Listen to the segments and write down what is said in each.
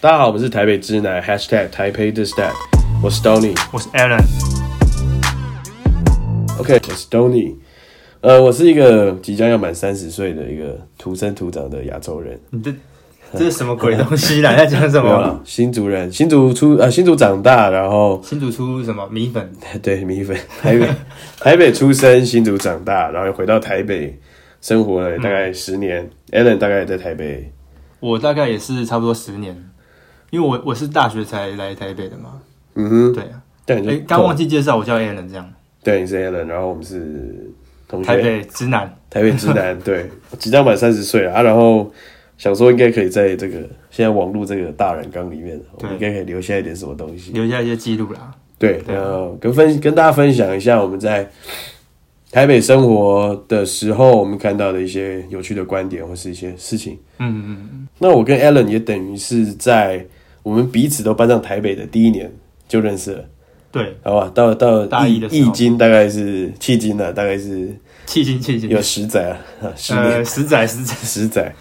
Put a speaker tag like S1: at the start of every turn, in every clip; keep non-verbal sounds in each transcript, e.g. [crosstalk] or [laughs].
S1: 大家好，我们是台北之南 #hashtag 台北 t h i s t a t 我是 Tony。
S2: 我是 Alan，
S1: OK，我是 Tony。呃，我是一个即将要满三十岁的一个土生土长的亚洲人，
S2: 你这这是什么鬼东西啦？你在讲什
S1: 没 [laughs] 有啦
S2: 么？
S1: 新竹人，新竹出呃新竹长大，然后 [laughs]
S2: 新竹出什么米粉？
S1: 对米粉，台北 [laughs] 台北出生，新竹长大，然后又回到台北生活
S2: 嗯
S1: 了大概十年。Allen 大概也在台北，
S2: 我大概也是差不多十年，因为我我是大学才来台北的嘛。
S1: 嗯哼，
S2: 对啊，
S1: 但你
S2: 哎，
S1: 就
S2: 刚忘记介绍，我叫 Alan，这样
S1: 对你是 Allen，然后我们是同学，
S2: 台北直男。
S1: 台北之
S2: [laughs]
S1: 南，对，即将满三十岁了啊，然后想说应该可以在这个现在网络这个大染缸里面，我们
S2: 对
S1: 应该可以留下一点什么东西。
S2: 留下一些记录啦。
S1: 对，
S2: 对
S1: 然后跟分跟大家分享一下我们在台北生活的时候，我们看到的一些有趣的观点或是一些事情。
S2: 嗯嗯
S1: 那我跟 Alan 也等于是在我们彼此都搬上台北的第一年就认识了，
S2: 嗯，对，
S1: 好吧？到到
S2: 大一的时
S1: 易
S2: 候
S1: 经大概是迄今啊了，大概是
S2: 迄今迄
S1: 有
S2: 今，
S1: 十载了， [laughs] 十年。
S2: 呃，十载十载
S1: 十载。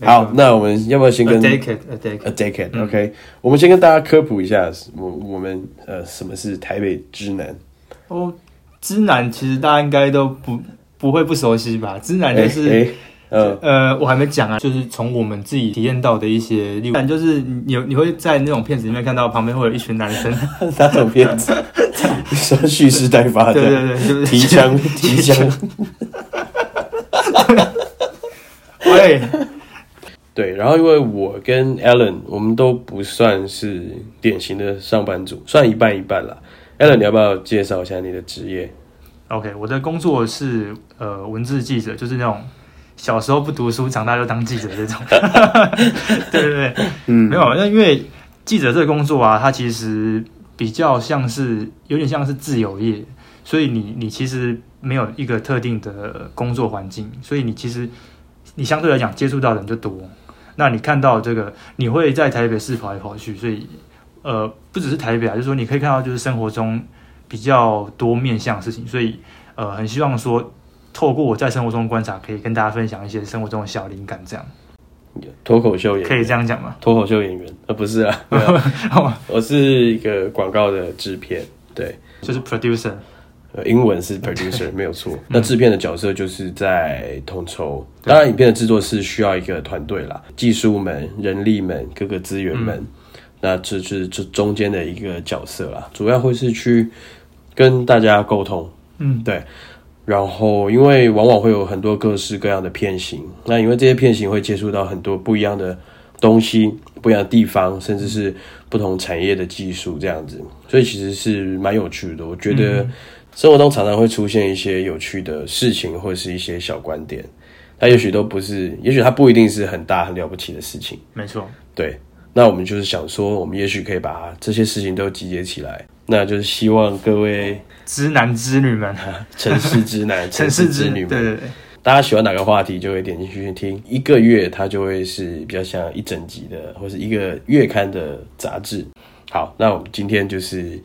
S1: 好，那我们要不要先
S2: ，a
S1: 跟呃
S2: decade 嗯 a decade，
S1: a decade？OK，、我们先跟大家科普一下，我我们呃什么是台北之南？
S2: 哦，知南其实大家应该都不不会不熟悉吧？知南就是、
S1: 哎哎
S2: [laughs]
S1: 呃
S2: 呃，我还没讲啊，就是从我们自己体验到的一些，例如，但就是你你会在那种片子里面看到旁边会有一群男生， [laughs]
S1: 哪种 [laughs] 片子？你说蓄势待发
S2: 对
S1: 的，
S2: 对对，就是
S1: 提
S2: [laughs]
S1: 枪提枪。
S2: 喂，
S1: 对，然后因为我跟 Alan 我们都不算是典型的上班族，算一半一半啦。Alan，你要不要介绍一下你的职业？
S2: OK，我的工作是呃文字记者，就是那种小时候不读书，长大就当记者这种。 [laughs] 对对对，嗯，没有，那因为记者这个工作啊，它其实比较像是有点像是自由业，所以你你其实没有一个特定的工作环境，所以你其实你相对来讲接触到的人就多。那你看到这个，你会在台北市跑来跑去，所以呃，不只是台北啊，就是说你可以看到就是生活中比较多面向的事情，所以呃，很希望说透过我在生活中的观察，可以跟大家分享一些生活中的小灵感，这样
S1: 脱口秀演
S2: 可以
S1: 员？
S2: 这样讲吗？
S1: 脱口秀演员？呃，不是啊，没有我是一个广告的制片，对。
S2: 就是 producer，
S1: 呃，英文是 producer 没有错。那制片的角色就是在统筹，当然影片的制作是需要一个团队啦，技术们、人力们、各个资源们，那这是这中间的一个角色啦，主要会是去跟大家沟通，
S2: 嗯，
S1: 对。然后，因为往往会有很多各式各样的片型，那因为这些片型会接触到很多不一样的东西、不一样的地方，甚至是不同产业的技术这样子，所以其实是蛮有趣的。我觉得生活中常常会出现一些有趣的事情，或是一些小观点，它也许都不是，也许它不一定是很大很了不起的事情。
S2: 没错，
S1: 对，那我们就是想说，我们也许可以把这些事情都集结起来，那就是希望各位
S2: 知男知女 [laughs] 们，
S1: 城市之男、[laughs]
S2: 城
S1: 城
S2: 市
S1: 市
S2: 之
S1: 之
S2: 女，
S1: 女
S2: 对
S1: 们，
S2: 对对，
S1: 大家喜欢哪个话题就会点进去听。一个月它就会是比较像一整集的，或是一个月刊的杂志。好，那我们今天就是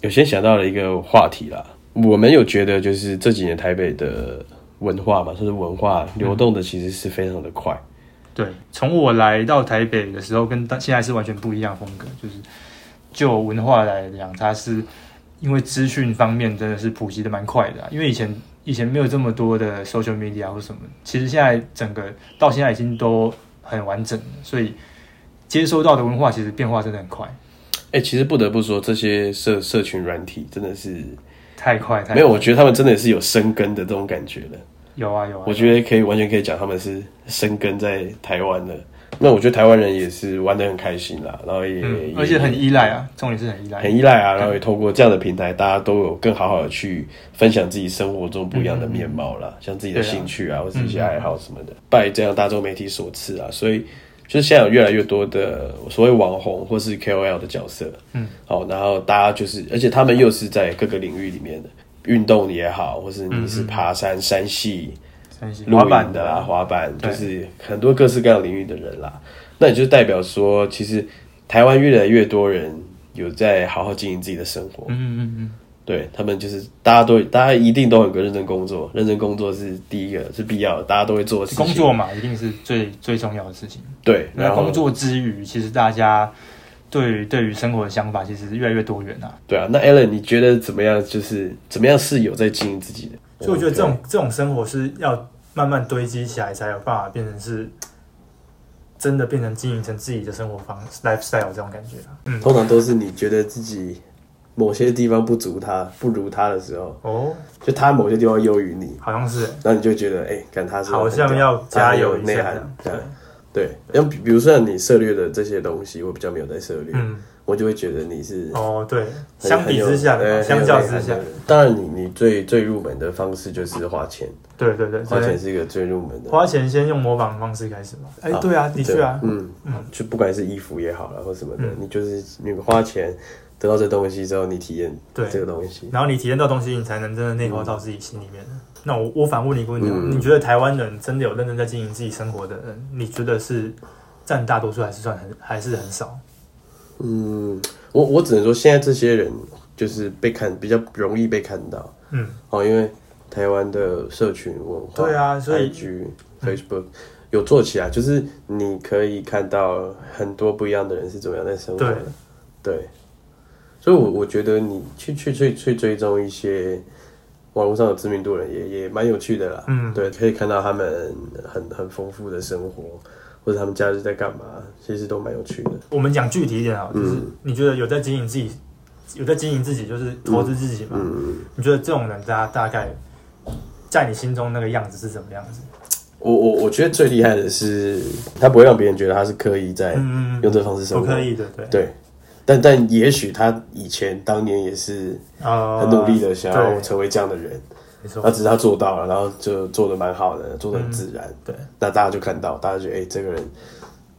S1: 有先想到了一个话题啦。我们有觉得就是这几年台北的文化嘛，嗯就是文化流动的其实是非常的快。
S2: 对，从我来到台北的时候，跟到现在是完全不一样风格。就是就文化来讲，它是因为资讯方面真的是普及的蛮快的啊、因为以前以前没有这么多的 social media 或什么，其实现在整个到现在已经都很完整了，所以接收到的文化其实变化真的很快，
S1: 哎、其实不得不说，这些社社群软体真的是
S2: 太快，太
S1: 没有，我觉得他们真的是有生根的这种感觉的。
S2: 有啊有啊，
S1: 我觉得可以完全可以讲他们是生根在台湾的。那我觉得台湾人也是玩得很开心啦，然后也、
S2: 嗯
S1: 也，
S2: 而且很依赖啊，重点是很依赖，
S1: 很依赖啊，然后也透过这样的平台，大家都有更好好的去分享自己生活中不一样的面貌啦，像自己的
S2: 对啊
S1: 兴趣啊，或是一些爱好什么的，拜这样大众媒体所赐啊，所以就是现在有越来越多的所谓网红或是 KOL 的角色，嗯，好，然后大家就是，而且他们又是在各个领域里面的。运动也好，或是
S2: 嗯
S1: 你是爬山、山系、
S2: 真心
S1: 露
S2: 滑板
S1: 营的啊
S2: 的啊
S1: 啦、滑板，
S2: 对
S1: 就是很多各式各样领域的人啦。那也就代表说，其实台湾越来越多人有在好好经营自己的生活。
S2: 嗯嗯嗯嗯，
S1: 对他们就是大家都大家一定都很认真工作，认真工作是第一个是必要的，大家都会做的事情。
S3: 工作嘛，一定是最最重要的事情。
S1: 对，
S3: 那
S1: 然后
S3: 工作之余，其实大家对于对于生活的想法，其实越来越多元啊。
S1: 对啊，那 Alan 你觉得怎么样？就是怎么样是有在经营自己的？
S2: 所以我觉
S1: 哦
S2: 得这种这种生活是要慢慢堆积起来，才有办法变成是真的变成经营成自己的生活方 lifestyle 这种感觉啊。嗯，
S1: 通常都是你觉得自己某些地方不足他不如他的时候，
S2: 哦，
S1: 就他某些地方优于你，
S2: 好像是欸，
S1: 然后你就觉得哎，看、他是
S2: 好
S1: 很屌
S2: 像要加油
S1: 他很有
S2: 一下
S1: 内
S2: 这样
S1: 涵，对
S2: 对
S1: 对。像比比如说像你涉猎的这些东西，我比较没有在涉猎，
S2: 嗯，
S1: 我就会觉得你是
S2: 哦，对，
S1: 很
S2: 相比之下，相较之下，，
S1: 当然你你最最入门的方式就是花钱，
S2: 对对对，
S1: 花
S2: 对
S1: 钱是一个最入门的。
S2: 花钱先用模仿方式开始嘛。哎，对啊，的确啊，嗯
S1: 嗯，就不管是衣服也好了或什么的，你就是你花钱得到这东西之后，你体验
S2: 对
S1: 这个东西，
S2: 然后你体验到东西，你才能真的内化到自己心里面。那我我反问你一个问题哦：
S1: 嗯
S2: 你觉得台湾人真的有认真在经营自己生活的人，你觉得是占大多数，还是算很还是很少？
S1: 嗯，我我只能说现在这些人就是被看比较容易被看到
S2: 嗯，
S1: 哦，因为台湾的社群文化，
S2: 对啊所以
S1: IG、Facebook 有做起来，就是你可以看到很多不一样的人是怎么样在生活的，对，所以我我觉得你去去去去追踪一些网络上有知名度的人也也蛮有趣的啦，
S2: 嗯
S1: 对，可以看到他们很很丰富的生活，或者他们假日在干嘛，其实都蛮有趣的。
S2: 我们讲具体一点啊，
S1: 嗯
S2: 就是你觉得有在经营自己，有在经营自己，就是投资自己嘛？
S1: 嗯，
S2: 你觉得这种人，大家大概在你心中那个样子是什么样子？
S1: 我我我觉得最厉害的是，他不会让别人觉得他是刻意在
S2: 嗯嗯
S1: 用这方式
S2: 不
S1: 生活，
S2: 刻意的，对，
S1: 对。但但也许他以前当年也是
S2: 啊，
S1: 很努力的想要
S2: 对，
S1: 成为这样的人，
S2: 没错
S1: 那，只是他做到了，然后就做的蛮好的，做的很自然。
S2: 嗯对，
S1: 那大家就看到，大家觉得哎、诶这个人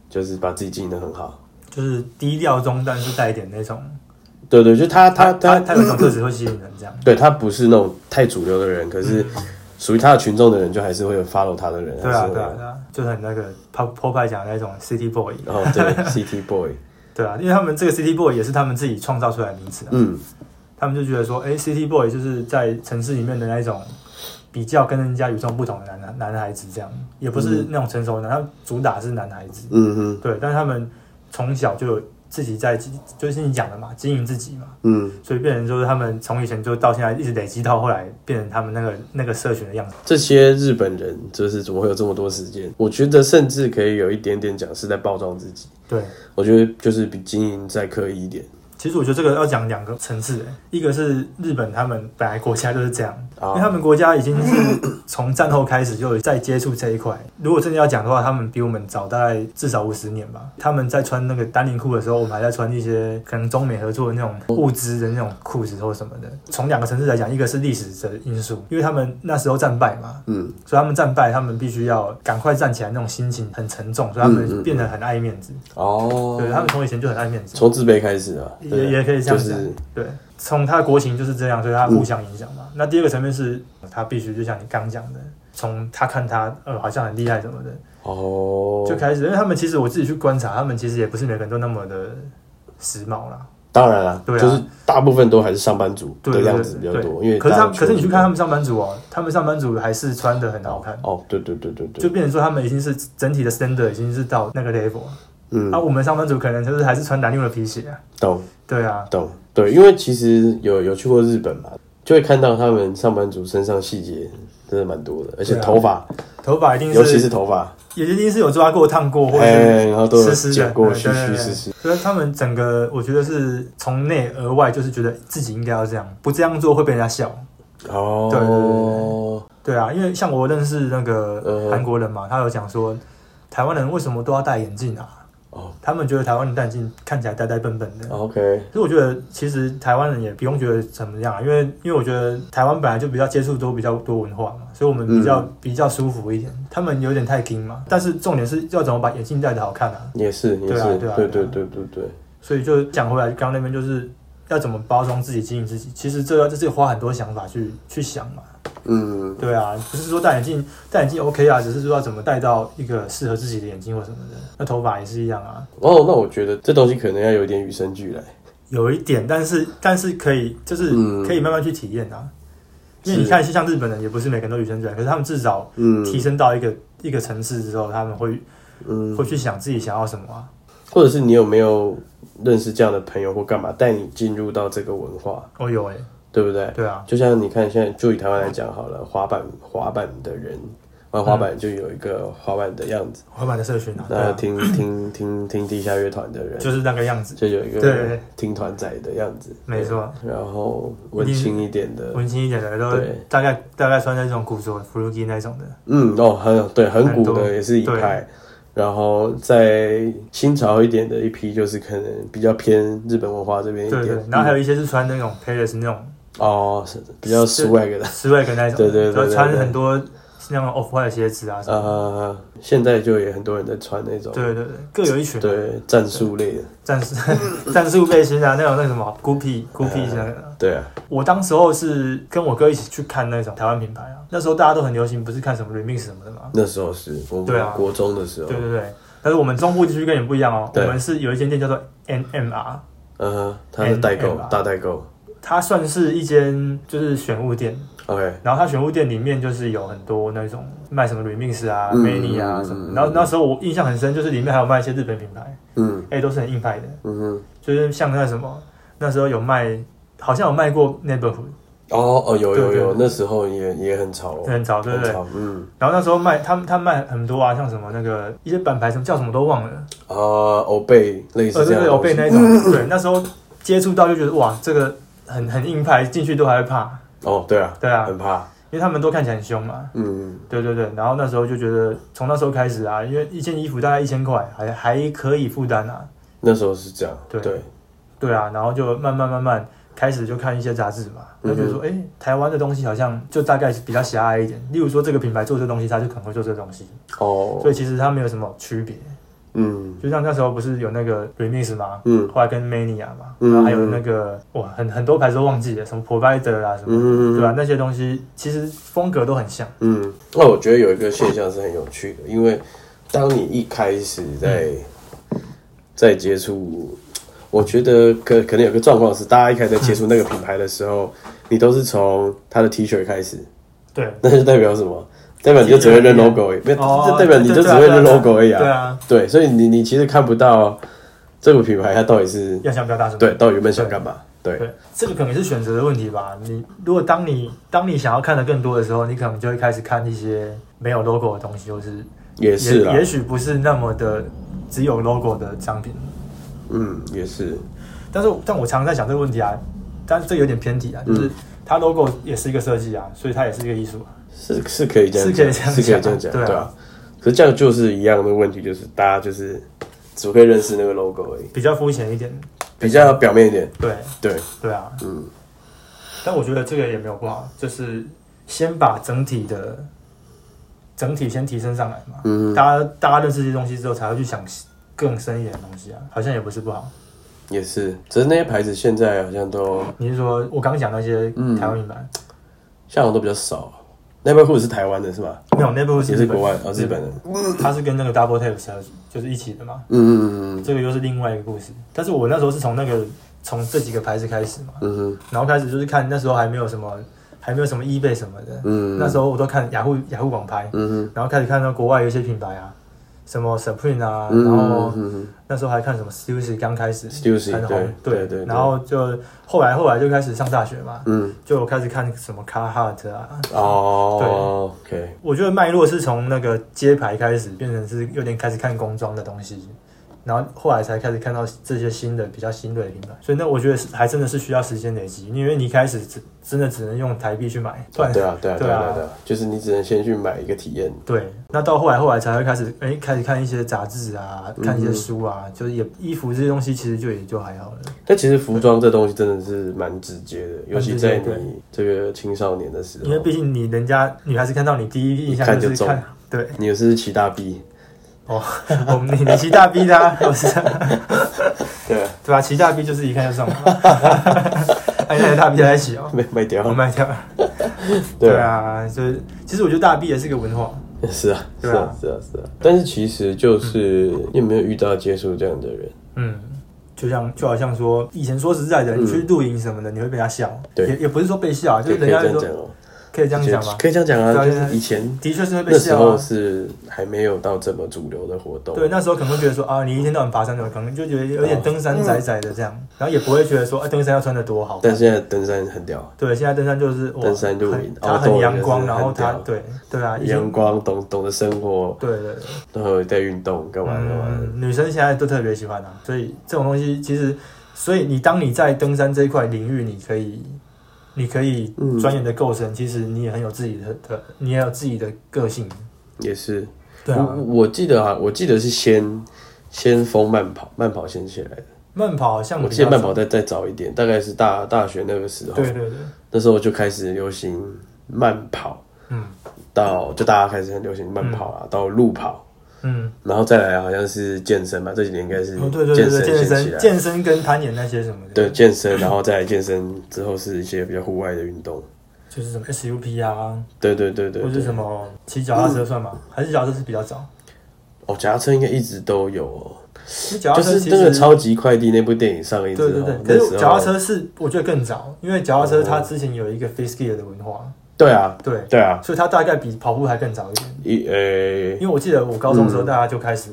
S1: 就是把自己经营的很好。
S2: 就是低调中，但是带一点那种，
S1: 对对，就他他
S2: 他
S1: 啊他
S2: 他有一种特质会吸引人，这样。
S1: 对他不是那种太主流的人，可是属于他的群众的人，就还是会有 follow 他的人，
S2: 嗯对
S1: 还
S2: 啊，
S1: 是会
S2: 对啊，对
S1: 有。
S2: 啊，就是很那个 pop pop 派讲的那种 city boy，
S1: 然后哦对 [laughs] CT Boy，
S2: [laughs] 对啊，因为他们这个 city boy 也是他们自己创造出来的名词、啊，
S1: 嗯，
S2: 他们就觉得说，哎，city boy 就是在城市里面的那一种比较跟人家与众不同的男男孩子，这样也不是那种成熟的男，他们主打是男孩子，
S1: 嗯哼，
S2: 对，但是他们从小就有自己在，就是你讲的嘛，经营自己嘛，
S1: 嗯，
S2: 所以变成就是他们从以前就到现在一直累积到后来变成他们那个那个社群的样子，
S1: 这些日本人就是怎么会有这么多时间？我觉得甚至可以有一点点讲是在包装自己。
S2: 对。
S1: 我觉得就是比经营再刻意一点
S2: 其实我觉得这个要讲两个层次，一个是日本他们本来国家就是这样，因
S1: 啊
S2: 为他们国家已经是从战后开始就有在接触这一块。如果真的要讲的话，他们比我们早大概至少五十年吧。他们在穿那个丹宁裤的时候，我们还在穿一些可能中美合作的那种物资的那种裤子或什么的。从两个层次来讲，一个是历史的因素，因为他们那时候战败嘛，
S1: 嗯，
S2: 所以他们战败，他们必须要赶快站起来，那种心情很沉重，所以他
S1: 嗯嗯
S2: 们
S1: 嗯
S2: 变得很爱面子。
S1: 哦
S2: 对，他们从以前就很爱面子。
S1: 从自卑开始啊，
S2: 也
S1: 对
S2: 也可以这样
S1: 就
S2: 子，
S1: 是
S2: 对，从他的国情就是这样，所以他互相影响
S1: 嗯
S2: 嘛。那第二个层面是，他必须就像你刚讲的，从他看他呃好像很厉害什么的，
S1: 哦，
S2: 就开始，因为他们其实我自己去观察，他们其实也不是每个人都那么的时髦啦，
S1: 当然啦，
S2: 对啊
S1: 就是大部分都还是上班族
S2: 对
S1: 的
S2: 对
S1: 样
S2: 对
S1: 子比较
S2: 对
S1: 多，因为
S2: 可是
S1: 大
S2: 他
S1: 家
S2: 可是你去看他们上班族哦，他们上班族还是穿的很好看。
S1: 哦，对对对对
S2: 就
S1: 对，
S2: 变成说，他们已经是整体的 standard 已经是到那个 level 了。
S1: 嗯
S2: 那、，我们上班族可能就是还是穿男六的皮鞋啊。
S1: 懂
S2: 对啊，
S1: 懂，对，因为其实有有去过日本嘛，就会看到他们上班族身上细节真的蛮多的，而且
S2: 对啊
S1: 头发，
S2: 头发一定是，
S1: 尤其是头发，
S2: 也一定是有抓过、烫过，或者是
S1: 哎，然后都有
S2: 湿湿的，
S1: 剪过，
S2: 对
S1: 虚
S2: 对
S1: 虚
S2: 对
S1: 实实，
S2: 所以他们整个，我觉得是从内而外，就是觉得自己应该要这样，不这样做会被人家笑。
S1: 哦，
S2: 对对对对啊，因为像我认识那
S1: 嗯
S2: 个韩国人嘛，他有讲说，台湾人为什么都要戴眼镜啊？
S1: 哦
S2: 他们觉得台湾人戴眼镜看起来呆呆笨笨的。
S1: ，OK，
S2: 可是我觉得，其实台湾人也不用觉得怎么样啊，因为因为我觉得台湾本来就比较接触都比较多文化嘛，所以我们比较、
S1: 嗯
S2: 比较舒服一点。他们有点太硬嘛，但是重点是要怎么把眼镜戴的好看啊？
S1: 也是也
S2: 对啊
S1: 是，
S2: 对啊
S1: 对
S2: 对
S1: 对
S2: 啊
S1: 对对对，
S2: 所以就讲回来，刚刚那边就是要怎么包装自己、经营自己，其实这要这是花很多想法去去想嘛。
S1: 嗯，
S2: 对啊，不是说戴眼镜戴眼镜 OK 啊，只是说要怎么戴到一个适合自己的眼镜或什么的。那头发也是一样啊，
S1: 哦，那我觉得这东西可能要有点与生俱来，
S2: 有一点，但是但是可以就是
S1: 嗯
S2: 可以慢慢去体验啊。因为
S1: 是
S2: 你看，像日本人也不是每个人都与生俱来，可是他们至少
S1: 嗯
S2: 提升到一个、一个层次之后，他们会
S1: 嗯，
S2: 会去想自己想要什么啊。
S1: 或者是你有没有认识这样的朋友或干嘛，带你进入到这个文化，
S2: 哦，有哎、
S1: 对不对？
S2: 对啊，
S1: 就像你看，现在就以台湾来讲好了，滑板滑板的人玩滑板就有一个滑板的样子，
S2: 滑板的社群啊，对
S1: 然后
S2: 啊，
S1: 听听听听地下乐团的人，
S2: 就是那个样子，
S1: 就有一个
S2: 对
S1: 听团仔的样子，
S2: 没错。
S1: 然后文青一点的，
S2: 文青一点的都
S1: 对
S2: 大概大概穿那种古着、弗鲁基那种的，
S1: 嗯，哦，很对，很古
S2: 很多
S1: 的也是一派。然后在清朝一点的一批，就是可能比较偏日本文化这边一
S2: 对
S1: 点
S2: 对。。然后还有
S1: 嗯
S2: 一些是穿那种 Paris 那种
S1: 哦，是比较
S2: 是
S1: swag 的，
S2: swag 那种的，
S1: 对对对对
S2: 就穿
S1: 对
S2: 很多那种 off white 鞋子啊什么的。
S1: 呃，现在就也很多人在穿那种
S2: 对对对，各有一群。啊
S1: 对战术类的，
S2: 战士 [laughs] 战术背心啊，那种那什么孤僻孤僻那个。
S1: 对啊，
S2: 我当时候是跟我哥一起去看那种台湾品牌啊，那时候大家都很流行，不是看什么 remix 什么的嘛。
S1: 那时候是我
S2: 对啊
S1: 们国中的时候
S2: 对，对对，但是我们中部地区跟你们不一样哦，我
S1: 对
S2: 们是有一间店叫做 NMR，
S1: 嗯，它是代购
S2: NMR
S1: 大代购
S2: 它算是一间就是选物店，
S1: ，OK，
S2: 然后它选物店里面就是有很多那种卖什么 remix 啊、
S1: 嗯
S2: many 啊什么的。然后那时候我印象很深，就是里面还有卖一些日本品牌，
S1: 嗯
S2: 哎，都是很硬派的，
S1: 嗯哼，
S2: 就是像那什么那时候有卖，好像有卖过 neighborhood。
S1: 哦哦有有
S2: 对对
S1: 有，
S2: 对
S1: 那时候也也很潮哦，
S2: 很早，对不
S1: 很
S2: 对？
S1: 潮，嗯，
S2: 然后那时候卖，他们他们卖很多啊，像什么那个一些板牌，什么叫什么都忘了，
S1: 啊，欧贝类似
S2: 呃，
S1: 这
S2: 对
S1: 样
S2: 对，
S1: 的
S2: 有
S1: 东
S2: 被
S1: 西，
S2: 那种，对，那时候接触到就觉得哇，这个很很硬派，进去都还会怕，
S1: 哦对啊，
S2: 对啊，
S1: 很怕，
S2: 因为他们都看起来很凶嘛，
S1: 嗯，
S2: 对对对。然后那时候就觉得，从那时候开始啊，因为一件衣服大概一千块，还还可以负担啊，
S1: 那时候是这样，
S2: 对
S1: 对，
S2: 对啊，然后就慢慢慢慢。开始就看一些杂志嘛，
S1: 嗯
S2: 就觉得说，哎、台湾的东西好像就大概是比较狭隘一点。例如说，这个品牌做这东西，它就可能会做这东西，所
S1: 哦
S2: 以，其实它没有什么区别。
S1: 嗯
S2: 就像那时候不是有那个 remix 吗？
S1: 嗯
S2: 后来跟 mania 嘛，
S1: 嗯
S2: 然后还有那个哇，很很多牌子都忘记了，什么 provider 啊什么，
S1: 嗯
S2: 对吧、那些东西其实风格都很像，
S1: 嗯，那我觉得有一个现象是很有趣的，因为当你一开始在、
S2: 嗯
S1: 在接触，我觉得可可能有个状况是，大家一开始在接触那个品牌的时候，你都是从它的 T 恤开始， [laughs]
S2: 对。
S1: 那就代表什么？代表你就只会认 logo 而已，没有
S2: 哦
S1: 这代表你就
S2: 对
S1: 只
S2: 对啊
S1: 会认
S2: 对啊
S1: logo 而已
S2: 对
S1: 啊。
S2: 啊，
S1: 对，所以你你其实看不到这个品牌它到底是
S2: 要想表达什么？
S1: 对到底原本想干嘛。对，
S2: 对，这个可能是选择的问题吧。你如果当你当你想要看的更多的时候，你可能就会开始看一些没有 logo 的东西，或是
S1: 也是啦
S2: 也，也许不是那么的只有 logo 的商品。
S1: 嗯，也是，
S2: 但是但我常常在想这个问题啊，但是这有点偏题啊，
S1: 嗯
S2: 就是它 logo 也是一个设计啊，所以它也是一个艺术啊。
S1: 是是可以这样
S2: 是可
S1: 讲，
S2: 以这样
S1: 是可以
S2: 讲
S1: 这样讲，
S2: 对啊
S1: 对啊。可是这样就是一样的问题，就是大家就是只会认识那个 logo 而已，
S2: 比较肤浅一点，
S1: 比较表面一点。
S2: 对
S1: 对，
S2: 对啊，
S1: 嗯，
S2: 但我觉得这个也没有不好，就是先把整体的整体先提升上来嘛，
S1: 嗯
S2: 大家大家认识这些东西之后，才会去想更深一点的东西啊，好像也不是不好。
S1: 也是。只是那些牌子现在好像都
S2: 你是说我刚讲那些
S1: 嗯
S2: 台湾品牌，
S1: 像我都比较少。那边或者是台湾的是吧？
S2: 没有那部
S1: 也
S2: 是
S1: 是
S2: 日本
S1: 国外，哦，日本的。
S2: 它是跟那个 Double Tap 合就是一起的嘛，
S1: 嗯嗯嗯
S2: 这个又是另外一个故事。但是我那时候是从那个从这几个牌子开始嘛，
S1: 嗯嗯
S2: 然后开始就是看那时候还没有什么还没有什么 eBay 什么的，
S1: 嗯，
S2: 那时候我都看雅虎雅虎网拍，
S1: 嗯
S2: 然后开始看到国外有一些品牌啊，什么 Supreme 啊，
S1: 嗯，
S2: 然后
S1: 嗯
S2: 那时候还看什么 Stussy 刚开始
S1: Stussy，
S2: 很红，
S1: 对对
S2: 对
S1: 对
S2: 然后就后来后来就开始上大学嘛，
S1: 嗯
S2: 就开始看什么 Carhartt 啊，
S1: 哦，OK，
S2: 我觉得脉络是从那个街牌开始，变成是有点开始看工装的东西，然后后来才开始看到这些新的比较新锐的品牌，所以那我觉得是还真的是需要时间累积，因为你一开始只真的只能用台币去买，不然
S1: 对啊对啊对啊
S2: 对啊
S1: 对啊，就是你只能先去买一个体验，
S2: 对，那到后来后来才会开始，哎、开始看一些杂志
S1: 嗯
S2: 啊，看一些书啊，就是也衣服这些东西，其实就也就还好了。
S1: 但其实服装这东西真的是蛮直接的，尤其在
S2: 蛮直接对
S1: 你这个青少年的时候，
S2: 因为毕竟你人家女孩子看到你第一印象
S1: 啊一看就
S2: 就是
S1: 中
S2: 看，对，
S1: 你又是骑大 B，
S2: 哦，我们你你骑大 B 的、啊，我 [laughs] 是
S1: 对啊， [laughs]
S2: 对吧、骑大 B 就是一看就中 [laughs] 了，而且大 B 还在骑哦，
S1: 卖卖掉
S2: 我
S1: 了，
S2: 卖掉了。对，啊，就是其实我觉得大 B 也是个文化，
S1: [laughs] 是啊，是啊
S2: 对啊，
S1: 是啊，是啊。但是其实就是你有没有遇到接触这样的人？
S2: 嗯，就像就好像说，以前说实在的，
S1: 嗯
S2: 你去露营什么的，你会被他笑，
S1: 对
S2: 也也不是说被笑啊，就
S1: 对，
S2: 是
S1: 可
S2: 人
S1: 以
S2: 家
S1: 这
S2: 就
S1: 样
S2: 说
S1: 讲哦，
S2: 可以这样讲吗？
S1: 可以这样讲
S2: 对
S1: 啊，
S2: 啊
S1: 就
S2: 对啊
S1: 是以前
S2: 的确是会被
S1: 那时
S2: 笑
S1: 候
S2: 啊。
S1: 是还没有到这么主流的活动，
S2: 对，那时候可能会觉得说啊，你一天到晚爬山，可能就觉得有点登山仔仔的这样，然后也不会觉得说啊，登山要穿的多好。
S1: 但现在登山很屌，
S2: 对，现在登山就是哇
S1: 登山露营
S2: 很它
S1: outdoor
S2: 很
S1: 也
S2: 阳
S1: 是
S2: 光，然后
S1: 很屌
S2: 它对对啊，以前
S1: 阳光懂懂得生活，
S2: 对对
S1: 然
S2: 对，
S1: 后在运动干嘛干嘛的，
S2: 嗯，女生现在都特别喜欢啊，所以这种东西其实，所以你当你在登山这一块领域，你可以，你可以
S1: 嗯
S2: 钻研的够深，其实你也很有自己的的，你也有自己的个性，
S1: 也是。
S2: 对
S1: 我
S2: 啊，
S1: 我我记得啊，我记得是先先封慢跑，慢跑先起来的。
S2: 慢跑好像
S1: 我
S2: 嗯比
S1: 记得
S2: 较
S1: 慢跑再再早一点，大概是大大学那个时候，
S2: 对对对，
S1: 那时候就开始流行慢跑，
S2: 嗯
S1: 到就大家开始很流行慢跑啊，到路跑，
S2: 嗯，
S1: 然后再来好像是健身吧，这几年应该是
S2: 哦对对对对，
S1: 身
S2: 健
S1: 先起来
S2: 身，健身跟攀岩那些什么的，
S1: 对，健身，然后再来健身之后是一些比较户外的运动，
S2: 就是什么 SUP 啊，
S1: 对对对对
S2: 或者
S1: 对
S2: 什。么骑脚踏车算吗？还是脚踏车是比较早？
S1: 哦，脚踏车应该一直都有、哦，
S2: 因为脚踏
S1: 就
S2: 车
S1: 是
S2: 其
S1: 那个
S2: 实
S1: 超级快递那部电影上映之
S2: 对
S1: 后，
S2: 对
S1: 那
S2: 对，可
S1: 时
S2: 是
S1: 候
S2: 脚踏车是我觉得更早，因为脚踏车
S1: 哦
S2: 它之前有一个 face gear 的文化，
S1: 对啊，
S2: 对，
S1: 对啊，
S2: 所以它大概比跑步还更早一点。
S1: 一呃、
S2: 因为我记得我高中的时候，
S1: 嗯
S2: 大家就开始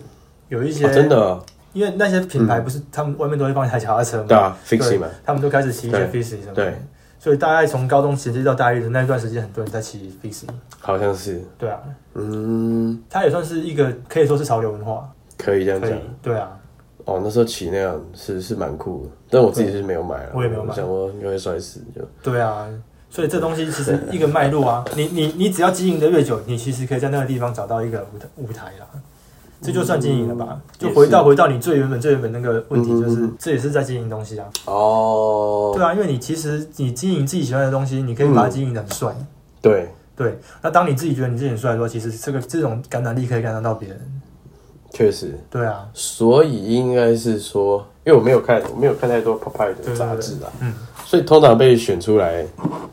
S2: 有一些、
S1: 哦真，的哦，
S2: 因为那些品牌不是他们外面都会放一台脚踏车
S1: 对
S2: 嘛，
S1: 啊，fixie 嘛，
S2: 他们都开始骑一些
S1: 对
S2: fixie 什么的
S1: 对，
S2: 所以大概从高中衔接到大一的那段时间，很多人在骑 fixie。
S1: 好像是，
S2: 对啊，
S1: 嗯，
S2: 它也算是一个可以说是潮流文化，
S1: 可以这样
S2: 可以
S1: 讲。。
S2: 对啊，
S1: 哦，那时候骑那样是是蛮酷的，但我自己是没有买了，
S2: 我也没有买
S1: 想说应该会摔死就。
S2: 对啊，所以这东西其实一个脉
S1: [laughs]
S2: 络啊，你你你只要经营的越久，你其实可以在那个地方找到一个舞台舞台啦。这就算经营了吧？
S1: 嗯
S2: 就回到
S1: 也是
S2: 回到你最原本最原本那个问题，
S1: 嗯嗯嗯
S2: 就是这也是在经营东西啊。
S1: 哦，
S2: 对啊，因为你其实你经营自己喜欢的东西，你可以
S1: 嗯
S2: 把它经营的很帅。
S1: 对，
S2: 对，那当你自己觉得你自己很帅的时候，其实这个这种感染力可以感染到别人。
S1: 确实，
S2: 对啊，
S1: 所以应该是说，因为我没有看，我没有看太多 Popeye
S2: 对
S1: 的
S2: 对
S1: 杂志啊，
S2: 嗯，
S1: 所以通常被选出来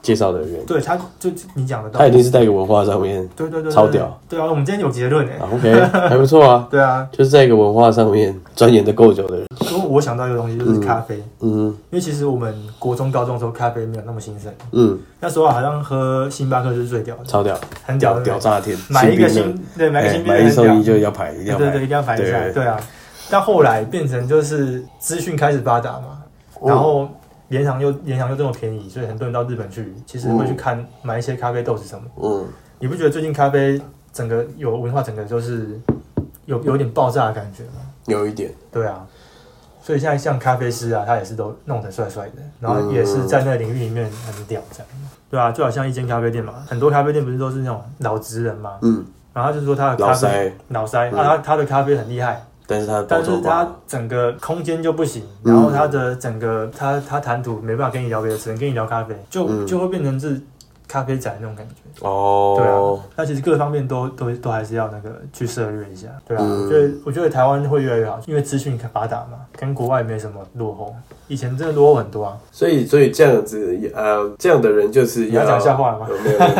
S1: 介绍的人，
S2: 对，他就你讲的道
S1: 他一
S2: 理，
S1: 定是在一个文化上面
S2: 对对对，对
S1: 超屌，
S2: 对啊，我们今天有结论诶、
S1: 啊，OK，还不错啊，
S2: [laughs] 对啊，
S1: 就是在一个文化上面钻研的够久的人，
S2: 所以我想到一个东西就是咖啡，
S1: 嗯
S2: 因为其实我们国中、高中的时候咖啡没有那么兴盛，
S1: 嗯，
S2: 那时候啊好像喝星巴克是最屌的，
S1: 超屌，
S2: 很屌
S1: 屌
S2: 的，
S1: 屌炸天，
S2: 买一个
S1: 新
S2: 新
S1: 兵的
S2: 对买一个
S1: 哎
S2: 新
S1: 买
S2: 冰
S1: 一
S2: 很屌
S1: 送一就要排，一定
S2: 对
S1: 要
S2: 对
S1: 排，
S2: 对，一定要反一下，
S1: 对
S2: 对啊。但后来变成就是资讯开始发达嘛，
S1: 哦
S2: 然后联航又联航又这么便宜，所以很多人到日本去，其实会去看买一些咖啡豆是什么。
S1: 嗯，
S2: 你不觉得最近咖啡整个有文化，整个就是有有点爆炸的感觉吗？
S1: 有一点。
S2: 对啊，所以现在像咖啡师啊，他也是都弄得帅帅的，然后也是在那个领域里面很屌这样。对啊，就好像一间咖啡店嘛，很多咖啡店不是都是那种老职人嘛，
S1: 嗯，
S2: 然后他就说啊他的
S1: 老
S2: 咖啡
S1: 塞，
S2: 脑塞，
S1: 嗯
S2: 啊，他他的咖啡很厉害，
S1: 但是他
S2: 但
S1: 动作
S2: 是他
S1: 吧，
S2: 整个空间就不行，
S1: 嗯
S2: 然后他的整个他他谈吐没办法跟你聊别的，只能跟你聊咖啡，就
S1: 嗯
S2: 就会变成是咖啡仔那种感觉。对
S1: 哦
S2: 啊，，那其实各方面都都都还是要那个去涉略一下，对啊，
S1: 嗯
S2: 我觉得我觉得台湾会越来越好，因为资讯发达嘛，跟国外没什么落后，以前真的落后很多啊。
S1: 所以所以这样子也呃，这样的人就是
S2: 你要讲笑话了吗？
S1: 有没 [laughs] 有？没有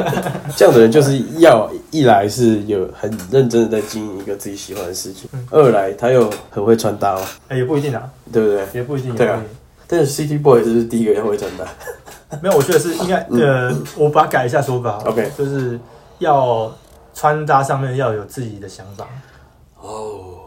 S1: 这样的人就是要一来是有很认真的在经营一个自己喜欢的事情，
S2: 嗯
S1: 二来他又很会穿搭嘛，
S2: 哎、也不一定啊，
S1: 对不对？
S2: 也不一定，也不
S1: 对
S2: 一定。
S1: 啊但是 City Boy 就是第一个要会穿搭，
S2: 没有，我觉得是应该，呃，我把它改一下说法
S1: 嗯 OK
S2: 就是要穿搭上面要有自己的想法，
S1: 哦，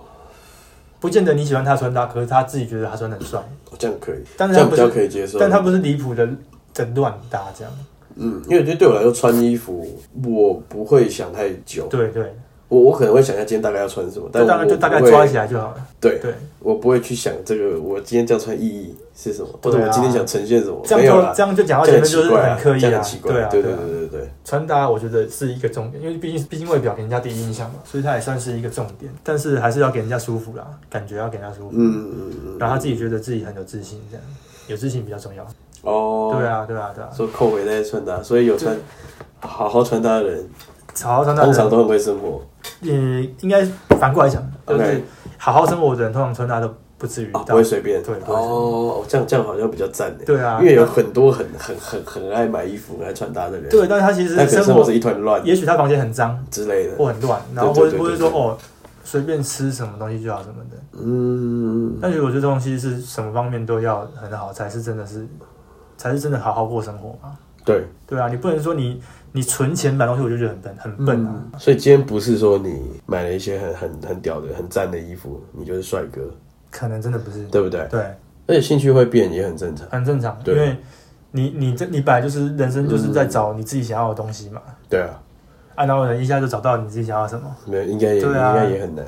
S2: 不见得你喜欢他穿搭，可是他自己觉得他穿的很帅，
S1: 这样可以，
S2: 但是
S1: 这
S2: 他
S1: 样
S2: 不
S1: 比
S2: 是
S1: 较可以接受，
S2: 但他不是离谱的的乱搭这样，
S1: 嗯，因为我觉得对我来说穿衣服我不会想太久，
S2: 对对，
S1: 我我可能会想一下今天大概要穿什么，但
S2: 就大概
S1: 我
S2: 就大概
S1: 不会
S2: 抓起来就好了，
S1: 对。
S2: 对，
S1: 我不会去想这个，我今天这样穿意义是什么，或
S2: 对啊
S1: 者我今天想呈现什么，
S2: 这
S1: 没
S2: 样
S1: 有
S2: 就
S1: 啦，
S2: 这样就讲到
S1: 这样
S2: 前面
S1: 很
S2: 就
S1: 奇
S2: 是
S1: 怪啊，
S2: 很刻意
S1: 这样
S2: 啊
S1: 很奇，怪，
S2: 对啊
S1: 对
S2: 对
S1: 对
S2: 啊，
S1: 对对对，
S2: 穿搭我觉得是一个重点，因为毕竟毕竟外表给人家第一印象嘛，所以它也算是一个重点，但是还是要给人家舒服啦，感觉要给人家舒服，
S1: 嗯嗯嗯
S2: 然后他自己觉得自己很有自信这样，有自信比较重要，
S1: 哦，
S2: 对，啊对啊对啊，
S1: 说扣回在穿搭，所以有穿好好穿搭的人，
S2: 好好穿搭
S1: 通
S2: 的
S1: 常
S2: 人，
S1: 都很会生活
S2: 也应该反过来讲，就是
S1: OK
S2: 好好生活的人，通常穿搭都不至于
S1: 啊，不
S2: 到
S1: 会随便，
S2: 对不会随便
S1: 哦，这样这样好像比较赞诶，
S2: 对啊
S1: 因为有很多很很很很爱买衣服、很爱穿搭的人，
S2: 对，但是他其实
S1: 但可能
S2: 生
S1: 生活
S2: 活
S1: 是一团乱
S2: 也许他房间很脏
S1: 之类的，
S2: 或很乱，然后
S1: 对
S2: 或
S1: 对对
S2: 或者说哦，随便吃什么东西就好什么的。
S1: 嗯，
S2: 但如果这东西是什么方面都要很好，才是真的是，才是真的好好过生活嘛。
S1: 对，
S2: 对啊，你不能说你你存钱买东西，我就觉得很笨，很笨啊。
S1: 嗯，所以今天不是说你买了一些很很很屌的、很赞的衣服，你就是帅哥，
S2: 可能真的不是，
S1: 对不对？
S2: 对，
S1: 而且兴趣会变也很正常。
S2: 很正常，因
S1: 对嗯
S2: 为你你这你本来就是人生就是在找你自己想要的东西嘛，
S1: 对啊，
S2: 啊，然后人一下就找到你自己想要什么。
S1: 没有应该也、
S2: 对啊
S1: 应该也很难。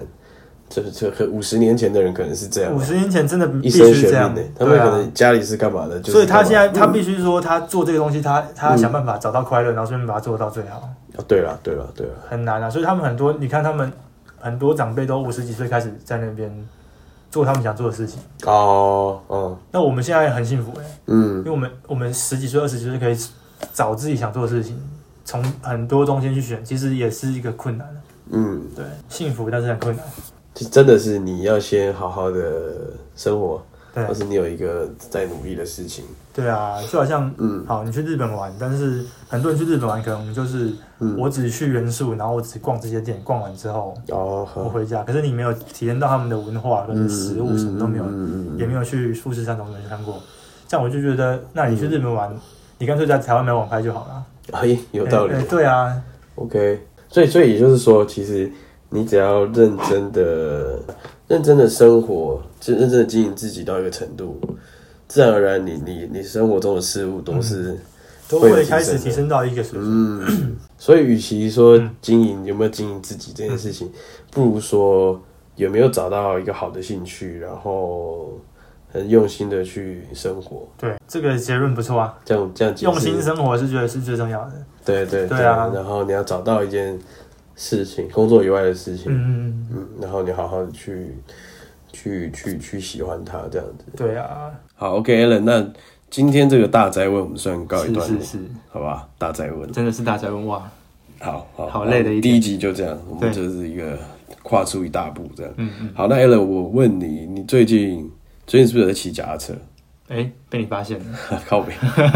S1: 这这可五十年前的人可能是这样
S2: 五
S1: 吧，
S2: 十年前真的
S1: 啊一
S2: 必
S1: 生
S2: 须这
S1: 悬
S2: 样
S1: 命的、，他们
S2: 对
S1: 可
S2: 啊。
S1: 能家里是干嘛的，就是嗯
S2: 所以他
S1: 干嘛
S2: 现在他必须说他做这个东西，他
S1: 嗯
S2: 他想办法找到快乐，然后顺便把它做到最好，
S1: 哦对了对了对了，
S2: 很难啊。所以他们很多，你看他们很多长辈都五十几岁开始在那边做他们想做的事情。
S1: 哦哦
S2: 那我们现在很幸福哎、因
S1: 嗯
S2: 为我们我们十几岁、二十几岁可以找自己想做的事情，从很多中间去选，其实也是一个困难的。
S1: 嗯，
S2: 对，幸福但是很困难。
S1: 这真的是你要先好好的生活，
S2: 对
S1: 或是你有一个在努力的事情，
S2: 对啊，就好像
S1: 嗯
S2: 好，你去日本玩，但是很多人去日本玩，可能就是
S1: 嗯，
S2: 我只去元素，然后我只逛这些店，逛完之后
S1: 哦
S2: 我
S1: 好，
S2: 回家。可是你没有体验到他们的文化跟食物，什么都没有，
S1: 嗯
S2: 也没有去富士山什么没看过。这样我就觉得，那你去日本
S3: 嗯
S2: 玩，你干脆在台湾买网拍就好了。
S1: 哎，有道理
S2: 哎哎对啊，
S1: ，OK，所以所以也就是说，其实你只要认真的、认真的生活，就认真的经营自己到一个程度，自然而然你，你你生活中的事物
S2: 嗯
S1: 都是，
S2: 都
S1: 会有
S2: 会
S1: 提
S2: 开始
S1: 升
S2: 提
S1: 的
S2: 升到一个水平。
S1: 嗯，所以与其说
S2: 嗯
S1: 经营有没有经营自己这件事情，不如说有没有找到一个好的兴趣，然后很用心的去生活，
S2: 对，这个结论不错啊。
S1: 这样这样解释
S2: 用心生活是觉得是最重要的。
S1: 对对
S2: 对啊
S1: 然后你要找到一件事情，工作以外的事情，
S2: 嗯，
S1: 嗯，然后你好好的去去去去喜欢它这样子。
S2: 对啊，
S1: 好，OK，Allen，、那今天这个大宅问我们算告一
S3: 是
S1: 段落，
S3: 是是，
S1: 好吧？大宅问，
S3: 真的是大宅问哇，
S1: 好好
S3: 好累的一天
S1: 第一集就这样，我
S3: 对
S1: 们就是一个跨出一大步这样。
S3: 嗯嗯，
S1: 好，那 Allen，我问你，你最近最近是不是有在骑脚踏车？ [laughs]
S3: 哎、被你发现了，
S1: 靠北，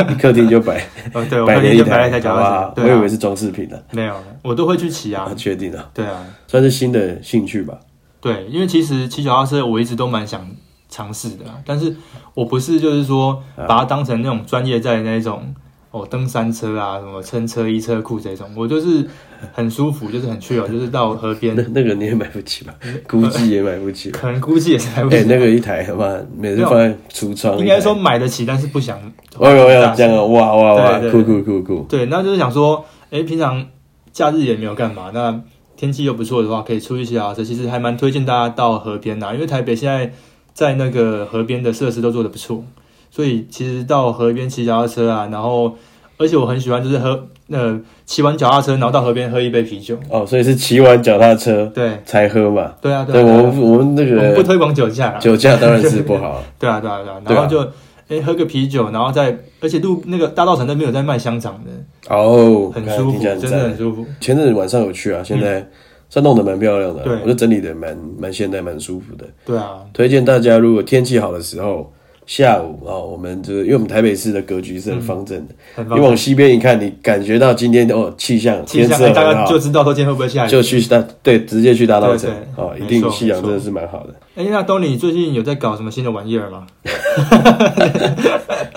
S1: 你客厅就摆
S3: 哦， [laughs] 对我
S1: 摆
S3: 那
S1: 了
S3: 天就摆了
S1: 台，
S3: 一台
S1: 好
S3: 脚
S1: 不
S3: 踏车
S1: 好，
S3: 对、啊，
S1: 我以为是装饰品呢、
S3: 没有，我都会去骑
S1: 啊，
S3: 啊，
S1: 确定啊，
S3: 对啊，
S1: 算是新的兴趣吧。
S3: 对，因为其实骑脚踏车我一直都蛮想尝试的啦，但是我不是就是说
S1: 嗯
S3: 把它当成那种专业在那种哦登山车啊什么撑车衣车库这种，我就是很舒服，就是很 chill，就是到河边
S1: 那，那个你也买不起吧？
S3: 嗯
S1: 估计也买不起
S3: [laughs]
S1: 吧。
S3: 可能估计也是来不及
S1: 哎、那个一台好吧，每次放在橱窗。
S3: 应该说，买得起，但是不想。
S1: 哎呦呦，这样啊，哇哇哇，
S3: 对对
S1: 酷酷酷酷，
S3: 对，那就是想说，哎，平常假日也没有干嘛，那天气又不错的话，可以出一下啊。这其实还蛮推荐大家到河边啊呐、因为台北现在在那个河边的设施都做得不错，所以其实到河边骑脚踏车啊，然后而且我很喜欢就是喝呃骑完脚踏车，然后到河边喝一杯啤酒。
S1: 哦，所以是骑完脚踏车
S3: 对，
S1: 才喝嘛。
S3: 对啊，
S1: 对，
S3: 对啊，
S1: 我
S3: 对啊
S1: 们我们那
S3: 我们不
S1: 个
S3: 推广酒驾
S1: [laughs]
S3: 啦。
S1: 酒驾当然是不
S3: [laughs]
S1: 好，
S3: 对啊，对啊，对啊，
S1: 对
S3: 然
S1: 啊
S3: 后就。哎，喝个啤酒，然后再，而且路那个大稻城那边有在卖香肠的，
S1: 哦，
S3: 很舒服，
S1: 听起来很
S3: 真的很
S1: 赞。
S3: 舒服。
S1: 前阵子晚上有去啊，现在算弄得蛮漂亮的
S3: 对
S1: 啊，我就整理的蛮蛮现代蛮舒服的。
S3: 对啊，
S1: 推荐大家，如果天气好的时候，下午啊、哦，我们就是因为我们台北市的格局
S3: 嗯
S1: 是很方正的，
S3: 很棒
S1: 你。往西边一看，你感觉到今天哦气象
S3: 气
S1: 天
S3: 象哎
S1: 色
S3: 大
S1: 很
S3: 家
S1: 好，
S3: 就知道说今天会不会下雨。
S1: 就去大对直接去大稻城
S3: 对对
S1: 哦，一
S3: 没
S1: 定
S3: 错
S1: 夕阳
S3: 没错
S1: 真的是蛮好的。
S3: 哎、那 Tony 你最近有在搞什么新的玩意儿吗？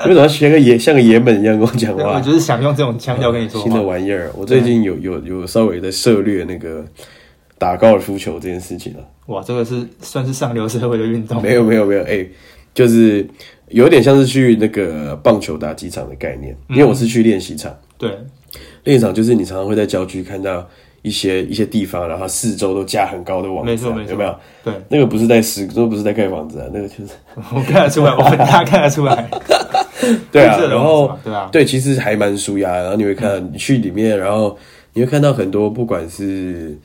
S1: 为什么要学个爷像个爷们一样跟我讲
S3: 我 [laughs]
S1: 话？
S3: 就是想用这种腔调跟你说
S1: 新的
S3: 话。
S1: 玩意儿，我最近有有有稍微在涉略那个打高尔夫球这件事情了。
S3: 哇，这个是算是上流社会的运动。
S1: 没有没有没有，哎、就是有点像是去那个棒球打击场的概念，
S3: 嗯
S1: 因为我是去练习场。
S3: 对
S1: 练习场就是你常常会在郊区看到一些一些地方，然后它四周都架很高的网
S3: 没
S1: 子
S3: 错
S1: 啊、
S3: 没错
S1: 有没有？
S3: 对，
S1: 那个不是在施，那个不是在盖房子啊，那个
S3: [laughs]
S1: 就是
S3: 我看得出来，我们大家看得出来。
S1: [laughs] 对啊，
S3: 这种
S1: 然后
S3: 是吧对啊，
S1: 对，其实还蛮舒压的。然后你会看，你去里面，然后你会看到很多，不管是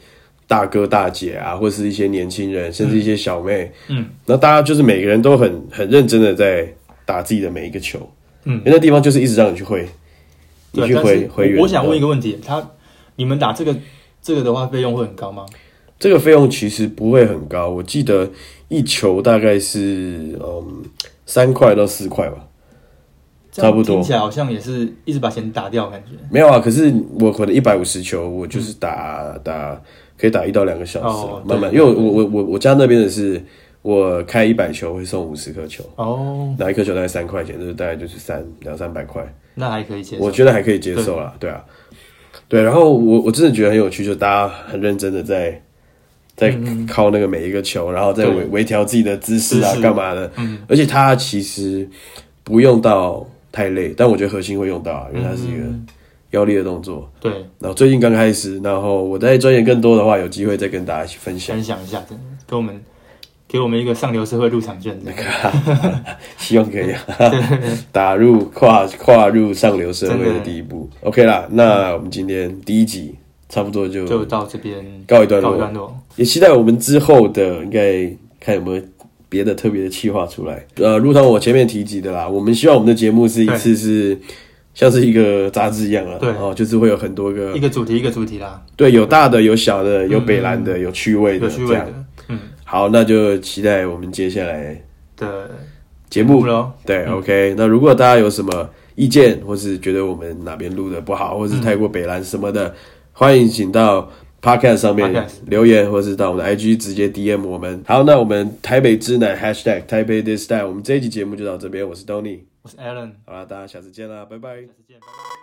S1: 大哥大姐啊，或是一些年轻人，甚至一些小妹，
S3: 嗯，
S1: 那大家就是每个人都很很认真的在打自己的每一个球，
S3: 嗯
S1: 因为那地方就是一直让你去挥，你
S3: 对，
S1: 去
S3: 但
S1: 挥
S3: 是
S1: 挥远
S3: 我
S1: 的。
S3: 我想问一个问题，他你们打这个这个的话，费用会很高吗？
S1: 这个费用其实不会很高，我记得一球大概是嗯三块到四块吧。
S3: 这样
S1: 差不多
S3: 听起来好像也是一直把钱打掉，感觉。
S1: 没有啊，可是我可能一百五十球，我就是打、打可以打一到两个小时啊
S3: 嗯哦，
S1: 慢慢，因
S3: 对
S1: 为我我我我家那边的是我开一百球会送五十颗球，
S3: 哦，
S1: 拿一颗球大概三块钱，就是大概就是三两三百块，
S3: 那还可以接受。
S1: 我觉得还可以接受啦，对啊，对，然后我我真的觉得很有趣，就大家很认真的在在靠那个每一个球，然后再
S3: 嗯对
S1: 微微调自己的姿势啊
S3: 姿，势嗯
S1: 干嘛的，而且它其实不用到太累，但我觉得核心会用到啊，因为它是一
S3: 嗯
S1: 个腰力的动作。
S3: 对，
S1: 然后最近刚开始，然后我在钻研更多的话，有机会再跟大家一起分享。
S3: 分享一下，真的给我们给我们一个上流社会入场券。这样
S1: 希望可以啊打入跨跨入上流社会
S3: 真
S1: 的
S3: 的
S1: 第一步。OK 啦，那我们今天第一集差不多就
S3: 就到这边
S1: 告一段
S3: 告一段
S1: 落，
S3: 落。
S1: 也期待我们之后的应该看有没有。别的特别的企划出来，呃，如同我前面提及的啦，我们希望我们的节目是一次是像是一个杂志一样啊，
S3: 对
S1: 哦，就是会有很多个
S3: 一个主题一个主题啦，
S1: 对，有大的，有小的，有北蓝的，有趣味
S3: 嗯有
S1: 的，
S3: 趣味
S1: 这样。
S3: 的，嗯
S1: 好，那就期待我们接下来
S3: 的
S1: 节目
S3: 目。咯。嗯
S1: 对、o k 那如果大家有什么意见，或是觉得我们哪边录的不好，或是太过北蓝什么的，欢迎请到 Podcast 上面
S3: 嗯 Podcast
S1: 留言，或是到我们的 IG 直接 DM 我们。好，那我们台北之南 Hashtag 台北 This Time，我们这一集节目就到这边，我是 Tony，
S3: 我是 Alan，
S1: 好啦，大家下次见啦，拜拜
S3: 下。次见，拜拜。